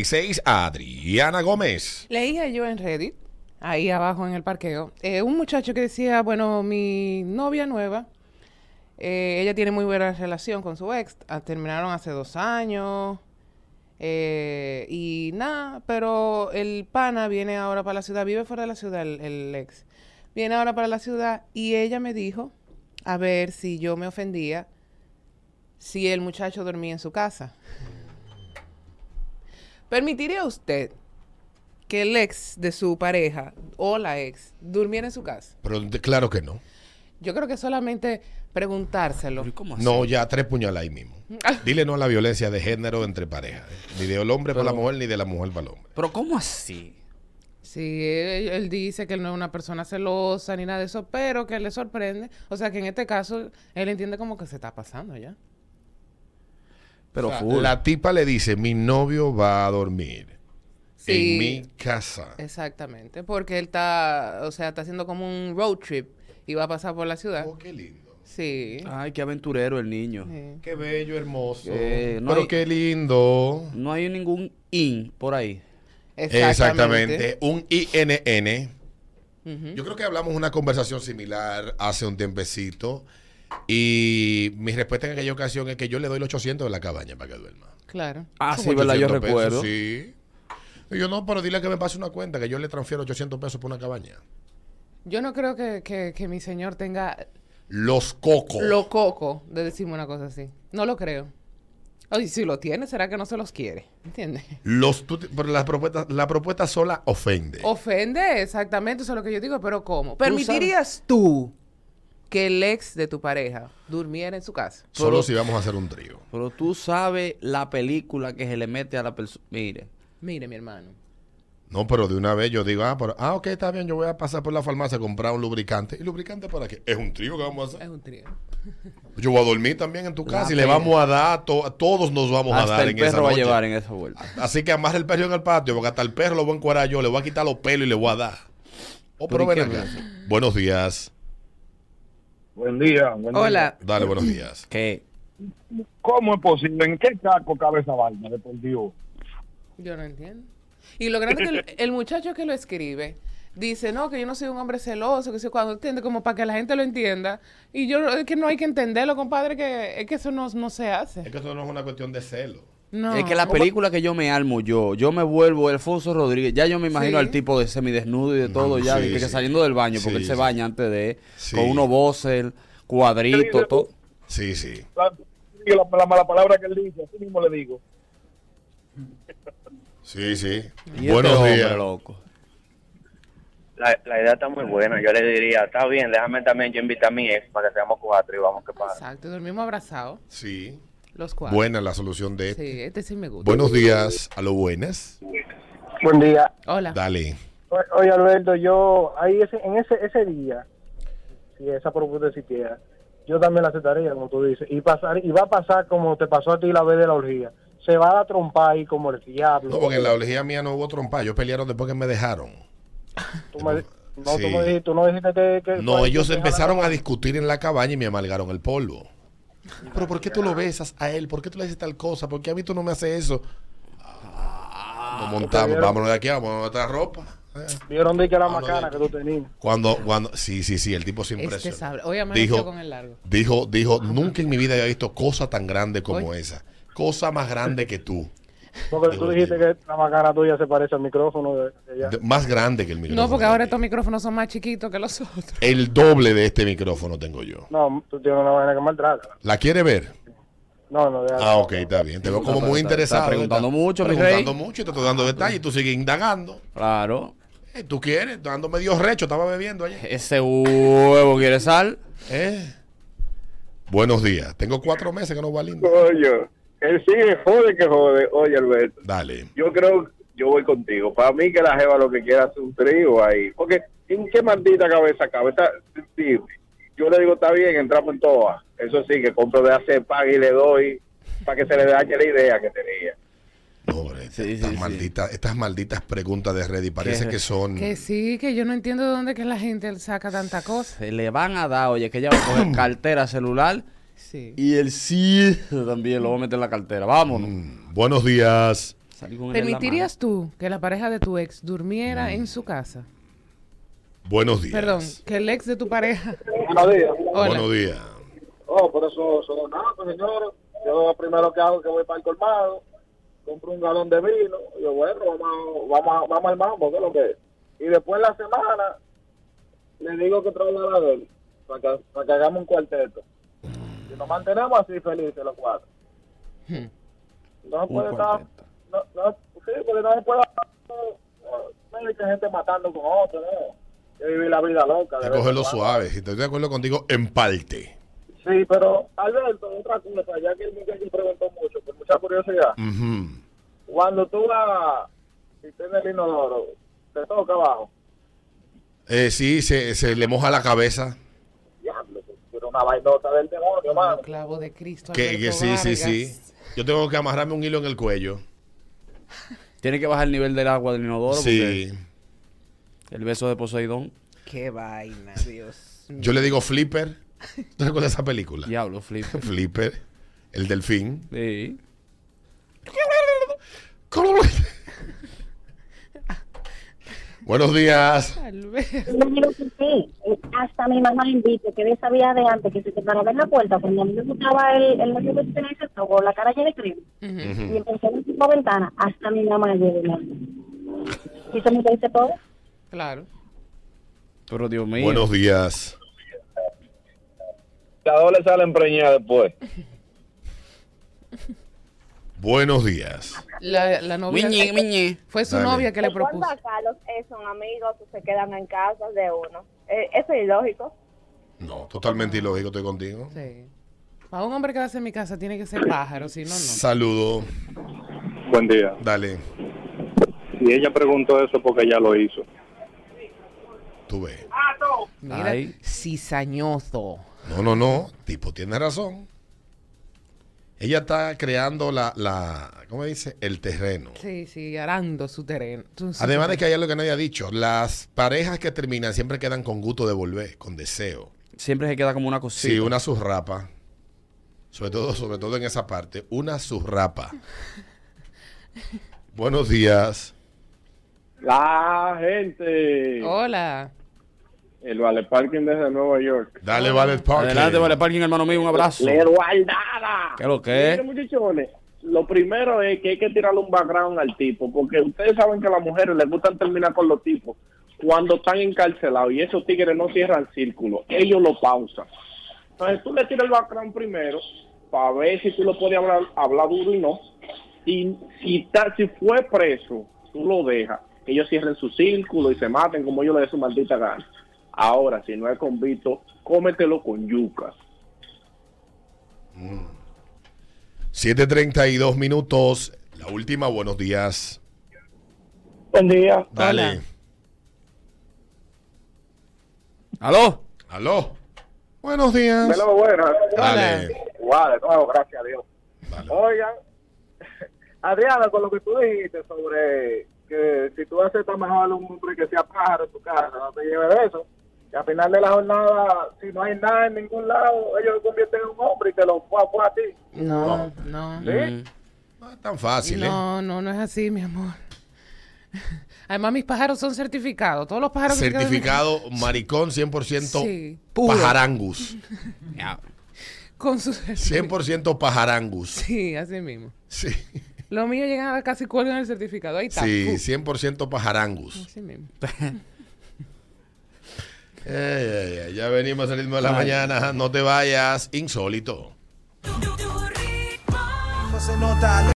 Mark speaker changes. Speaker 1: 36 a Adriana Gómez.
Speaker 2: Leía yo en Reddit, ahí abajo en el parqueo, eh, un muchacho que decía, bueno, mi novia nueva, eh, ella tiene muy buena relación con su ex, ah, terminaron hace dos años, eh, y nada, pero el pana viene ahora para la ciudad, vive fuera de la ciudad el, el ex, viene ahora para la ciudad y ella me dijo, a ver si yo me ofendía, si el muchacho dormía en su casa. ¿Permitiría usted que el ex de su pareja o la ex durmiera en su casa?
Speaker 1: Pero de- claro que no.
Speaker 2: Yo creo que solamente preguntárselo.
Speaker 3: Pero ¿y cómo
Speaker 1: No,
Speaker 3: así?
Speaker 1: ya tres puñaladas ahí mismo. Dile no a la violencia de género entre parejas. ¿eh? Ni del hombre para la mujer, ni de la mujer para el hombre.
Speaker 3: Pero ¿cómo así?
Speaker 2: Sí, él, él dice que él no es una persona celosa ni nada de eso, pero que le sorprende. O sea, que en este caso él entiende como que se está pasando ya.
Speaker 3: Pero
Speaker 1: O sea,
Speaker 3: full.
Speaker 1: la tipa le dice, mi novio va a dormir
Speaker 2: Sí,
Speaker 1: en mi casa.
Speaker 2: exactamente, porque él está, o sea, está haciendo como un road trip y va a pasar por la ciudad.
Speaker 1: Oh, Ah. qué lindo.
Speaker 2: Sí.
Speaker 3: Ay, qué aventurero el niño.
Speaker 2: sí.
Speaker 1: Qué bello, hermoso.
Speaker 3: Eh, no
Speaker 1: Pero
Speaker 3: hay-
Speaker 1: qué lindo.
Speaker 3: No hay ningún in por ahí.
Speaker 1: Exactamente. Un INN.
Speaker 2: Ujú.
Speaker 1: Yo creo que hablamos una conversación similar hace un tiempecito. Y mi respuesta en aquella ocasión es que yo le doy los 800 de la cabaña para que duerma.
Speaker 2: Claro.
Speaker 3: Ah,
Speaker 1: Son
Speaker 3: sí, verdad, yo
Speaker 1: 800 pesos,
Speaker 3: recuerdo.
Speaker 1: Sí. Y yo no, pero dile que me pase una cuenta, que yo le transfiero 800 pesos por una cabaña.
Speaker 2: Yo no creo que, que- que mi señor tenga
Speaker 1: Los cocos.
Speaker 2: lo coco de decirme una cosa así. No lo creo. Oye, si lo tiene, será que no se los quiere. ¿Entiendes?
Speaker 3: Eh.
Speaker 1: Los, tú te- pero la propuesta, la propuesta sola ofende.
Speaker 2: Ofende, exactamente, eso es lo que yo digo, pero ¿cómo? ¿Permitirías tú que el ex de tu pareja durmiera en su casa?
Speaker 1: Solo
Speaker 3: pero-
Speaker 1: si vamos a hacer un trío.
Speaker 3: Pero tú sabes la película que se le mete a la persona. Mire,
Speaker 2: Mire, mi hermano.
Speaker 1: No, pero de una vez yo digo, ah, pero, ah, ok, está bien, yo voy a pasar por la farmacia a comprar un lubricante. ¿Y lubricante para qué? Es un trío que vamos a
Speaker 2: Es
Speaker 1: hacer.
Speaker 2: un trío.
Speaker 1: Yo voy a dormir también en tu
Speaker 3: La
Speaker 1: casa y le
Speaker 3: pena.
Speaker 1: vamos a dar, to- a todos nos vamos a
Speaker 3: hasta
Speaker 1: dar
Speaker 3: el
Speaker 1: en esa
Speaker 3: perro va a
Speaker 1: noche.
Speaker 3: llevar en esa vuelta.
Speaker 1: Así que amarra el perro en el patio, porque hasta el perro lo voy a encuadrar yo, le voy a quitar los pelos y le voy a dar. Oh, pero
Speaker 3: Pero, ¿y
Speaker 1: ven
Speaker 3: qué
Speaker 1: acá. Buenos días.
Speaker 4: Buen día. buen
Speaker 2: Hola.
Speaker 1: Dale, buenos días.
Speaker 3: ¿Qué?
Speaker 4: día. ¿Cómo es posible? ¿En qué saco cabe esa vaina de por Dios?
Speaker 2: Yo no entiendo. Y lo grande es que el, el muchacho que lo escribe dice, no, que yo no soy un hombre celoso, que sé cuando entiende, como para que la gente lo entienda. Y yo, es que no hay que entenderlo, compadre, que es que eso no, no se hace.
Speaker 1: que esto no es una cuestión de celo.
Speaker 2: No.
Speaker 3: Es que la película que yo me armo yo, yo me vuelvo Alfonso Rodríguez. Ya yo me imagino
Speaker 2: Sí.
Speaker 3: al tipo de semidesnudo y de todo,
Speaker 1: Mm,
Speaker 3: ya
Speaker 1: sí,
Speaker 3: de que, que
Speaker 1: sí.
Speaker 3: saliendo del baño, porque
Speaker 1: Sí,
Speaker 3: él se
Speaker 1: sí.
Speaker 3: baña antes de.
Speaker 1: Sí.
Speaker 3: Con unos bosses, cuadritos, todo.
Speaker 1: Sí, sí.
Speaker 4: La, la, la mala palabra que él dice, así mismo le digo.
Speaker 1: Sí, sí.
Speaker 3: Y este
Speaker 1: buenos
Speaker 3: hombre,
Speaker 1: días.
Speaker 3: loco.
Speaker 5: La, la idea está muy buena. Yo le diría, está bien, déjame también yo invitar a mi ex para que seamos cuatro y vamos que pasa.
Speaker 2: Exacto, dormimos abrazados,
Speaker 1: Sí.
Speaker 2: los cuatro.
Speaker 1: Buena la solución de este.
Speaker 2: Sí, este sí me gusta.
Speaker 1: Buenos días. A lo buenas.
Speaker 6: Buen día.
Speaker 2: Hola.
Speaker 1: Dale.
Speaker 6: O- Oye, Alberto, yo ahí ese, en ese ese día, si esa propuesta existiera, yo también la aceptaría, como tú dices. Y pasar y va a pasar como te pasó a ti la vez de la orgía. Se va a la trompa ahí como el diablo.
Speaker 1: No, porque en la elegía mía no hubo trompa. Ellos pelearon después que me dejaron.
Speaker 6: Tú me- no,
Speaker 1: Sí.
Speaker 6: tú, me dijiste, tú no dijiste que... que-
Speaker 1: No,
Speaker 6: que-
Speaker 1: ellos
Speaker 6: que-
Speaker 1: empezaron a discutir en la cabaña y me amalgaron el polvo. Pero ¿por qué tú lo besas a él? ¿Por qué tú le dices tal cosa? ¿Por qué a mí tú no me haces eso? Nos montamos,
Speaker 6: pelearon.
Speaker 1: vámonos de aquí, vámonos a otra ropa. Eh.
Speaker 6: Vieron de que era
Speaker 1: Hablo de
Speaker 6: macana
Speaker 1: ti.
Speaker 6: que tú tenías.
Speaker 1: Cuando, cuando, sí, sí, sí, el tipo se impresionó.
Speaker 2: Este sabe. Hoy amaneció
Speaker 1: dijo,
Speaker 2: con el largo.
Speaker 1: dijo, dijo, nunca en mi vida había visto cosa tan grande como
Speaker 2: Oye.
Speaker 1: esa. Cosa más grande que tú.
Speaker 6: Porque
Speaker 1: Digo,
Speaker 6: tú dijiste
Speaker 1: digo.
Speaker 6: que la macana tuya se parece al micrófono de, de allá.
Speaker 1: De- más grande que el micrófono.
Speaker 2: No, porque ahora
Speaker 1: de aquí.
Speaker 2: estos micrófonos son más chiquitos que los otros.
Speaker 1: El doble de este micrófono tengo yo.
Speaker 6: No, tú tienes una vaina que maltrata.
Speaker 1: ¿La quiere ver?
Speaker 6: No, no, de
Speaker 1: Ah, ok, está bien. Te veo como
Speaker 3: Está-
Speaker 1: muy
Speaker 3: está-
Speaker 1: interesado.
Speaker 3: está preguntando
Speaker 1: Está
Speaker 3: mucho, mi
Speaker 1: Preguntando
Speaker 3: rey.
Speaker 1: mucho y te estoy dando detalles. Tú sigues indagando.
Speaker 3: Claro.
Speaker 1: Eh, ¿Tú quieres? Dando medio recho. Estaba bebiendo ayer.
Speaker 3: Ese huevo quiere sal.
Speaker 1: Eh. Buenos días. Tengo cuatro meses que no va lindo.
Speaker 7: Coño, él sigue jode que jode. Oye, Alberto,
Speaker 1: Dale.
Speaker 7: yo creo, yo voy contigo. Para mí que la jeva lo que quiera es un trío ahí. Porque, ¿en qué maldita cabeza cabe? Está- sí, yo le digo, está bien, entramos en todas. Eso sí, que compro de hacer pan y le doy para que se le dañe la idea que tenía.
Speaker 1: No, hombre,
Speaker 3: Sí, sí,
Speaker 1: estas,
Speaker 3: sí.
Speaker 1: malditas, estas malditas preguntas de Reddy parece
Speaker 3: ¿Qué?
Speaker 1: que son.
Speaker 2: Que sí, que yo no entiendo de dónde que la gente saca tanta cosa.
Speaker 3: Se le van a dar, oye, que ella va a coger cartera, celular.
Speaker 2: Sí.
Speaker 1: Mm.
Speaker 3: Y el sí también lo va a meter en la cartera. Vámonos.
Speaker 1: Buenos días.
Speaker 3: Salí con él en la
Speaker 2: ¿Permitirías tú que la pareja de tu ex durmiera
Speaker 1: Mm.
Speaker 2: en su casa?
Speaker 1: Buenos días.
Speaker 2: Perdón, que el ex de tu pareja.
Speaker 6: Buenos días.
Speaker 2: Hola.
Speaker 1: Buenos días.
Speaker 6: Oh, por eso, eso nada, pues, señor. Yo primero que hago es que voy para el colmado, compro un galón de vino, y yo, bueno, vamos, vamos, vamos al mambo, que es lo que es. Y después en la semana le digo que traiga la de él, para que, para que hagamos un cuarteto. Y nos mantenemos así felices los cuatro.
Speaker 2: Hmm.
Speaker 6: No se
Speaker 3: Un
Speaker 6: puede estar,
Speaker 3: cuarteto.
Speaker 6: no, no, sí, porque no se puede estar, no, no hay que gente matando con otro, no. Yo viví la vida loca. de
Speaker 1: Hay que
Speaker 6: vez en
Speaker 1: cogerlo
Speaker 6: cuando.
Speaker 1: suave. Si estoy de acuerdo contigo, en parte.
Speaker 6: Sí, pero Alberto, otra cosa, ya que el muchacho preguntó mucho, con mucha curiosidad.
Speaker 1: Ujú.
Speaker 6: Cuando tú vas y tienes el inodoro, te toca abajo.
Speaker 1: Eh, sí, se, se le moja la cabeza.
Speaker 6: Diablo, pero una vainota del demonio,
Speaker 2: Como
Speaker 6: mano.
Speaker 2: el clavo de Cristo.
Speaker 1: Que,
Speaker 2: Alberto
Speaker 1: que sí, sí, sí.
Speaker 2: Vargas.
Speaker 1: Yo tengo que amarrarme un hilo en el cuello.
Speaker 3: mano. Tiene que bajar el nivel del agua del inodoro.
Speaker 1: Sí.
Speaker 3: porque El beso de Poseidón.
Speaker 2: Qué vaina, Dios.
Speaker 1: Yo le digo Flipper. ¿Tú recuerdas esa película?
Speaker 3: Diablo, flip.
Speaker 1: Flipper. El delfín.
Speaker 3: Sí.
Speaker 1: Buenos días.
Speaker 2: Alberto.
Speaker 8: Imagino que sí. Eh, Hasta mi mamá me dice que ella sabía de antes que si te paraba en la puerta, cuando a mí me gustaba el, el medio que tenía ese toco, la cara llena de crema,
Speaker 2: Ujú.
Speaker 8: y
Speaker 1: Ujú.
Speaker 8: empecé a abrir la ventana, hasta mi mamá llegó. ¿no? ¿Y se me dice todo?
Speaker 2: Claro.
Speaker 3: Pero Dios mío.
Speaker 1: Buenos días.
Speaker 4: La doble sale preñada después.
Speaker 1: Buenos días.
Speaker 2: La, la novia.
Speaker 3: Miñe, miñe.
Speaker 2: Fue su
Speaker 1: Dale.
Speaker 2: novia que le propuso.
Speaker 9: acá los eh, son amigos o se quedan en casa de uno? Eh, eso es ilógico.
Speaker 1: No, totalmente ilógico, estoy contigo.
Speaker 2: Sí. Para un hombre que hace en mi casa tiene que ser pájaro, si no, no.
Speaker 1: Saludo.
Speaker 4: Buen día.
Speaker 1: Dale,
Speaker 4: Si ella preguntó eso porque ella lo hizo.
Speaker 1: tú ves.
Speaker 2: Mira,
Speaker 3: Ay.
Speaker 2: cizañoso.
Speaker 1: No, no, no. Tipo, tiene razón. Ella está creando la, la ¿cómo dice? El terreno.
Speaker 2: Sí, sí, arando su terreno. su- su
Speaker 1: Además de que
Speaker 2: terreno.
Speaker 1: hay algo que nadie ha dicho. Las parejas que terminan siempre quedan con gusto de volver, con deseo.
Speaker 3: Siempre se queda como una cosita.
Speaker 1: Sí, una surrapa. Sobre todo, sobre todo en esa parte. Una surrapa. Buenos días.
Speaker 7: La gente.
Speaker 2: Oh. Hola.
Speaker 7: El Vale Parking desde Nueva York.
Speaker 1: Dale, Vale Parking.
Speaker 3: Adelante, vale, parking, hermano mío. Un abrazo.
Speaker 7: Le guardada.
Speaker 3: ¿Qué lo que es?
Speaker 7: Miren, muchachones, lo primero es que hay que tirarle un background al tipo, porque ustedes saben que a las mujeres les gustan terminar con los tipos cuando están encarcelados y esos tigres no cierran círculo, ellos lo pausan. Entonces tú le tiras el background primero para ver si tú lo puedes hablar, hablar duro y no. Y si, ta- si fue preso, tú lo dejas, que ellos cierren su círculo y se maten como ellos le dé su maldita gana. Ahora, si no es convicto, cómetelo con yuca.
Speaker 1: 7.32 minutos. La última, buenos días.
Speaker 6: Buen día.
Speaker 1: Dale.
Speaker 2: Hola.
Speaker 3: ¿Aló?
Speaker 1: Aló. Buenos días.
Speaker 6: Pero bueno,
Speaker 1: Dale.
Speaker 6: igual, de nuevo, gracias a Dios.
Speaker 1: Dale.
Speaker 6: Oigan, Adriana, con lo que tú dijiste sobre que si tú aceptas mejor un hombre que sea pájaro en tu casa, no te lleves de eso, que al final de la jornada, si no hay nada en ningún lado, ellos se convierten en un hombre y te lo fue a a ti.
Speaker 2: No, no.
Speaker 3: Mm.
Speaker 1: No es tan fácil, ¿eh?
Speaker 2: No, no, no es así, mi amor. Además, mis pájaros son certificados. Todos los pájaros que quedan en mi
Speaker 1: Certificado maricón 100%
Speaker 2: Sí, puro.
Speaker 1: pajarangus.
Speaker 2: casa Con su certificado.
Speaker 1: 100% pajarangus.
Speaker 2: Sí, así mismo.
Speaker 1: Sí,
Speaker 2: Los míos llegan a casi cuelgan el certificado. Ahí está.
Speaker 1: sí
Speaker 2: ¡pum!
Speaker 1: 100% pajarangus.
Speaker 2: Así mismo.
Speaker 1: Ey, ey, ey, ya venimos al ritmo de la mañana. No te vayas. Insólito.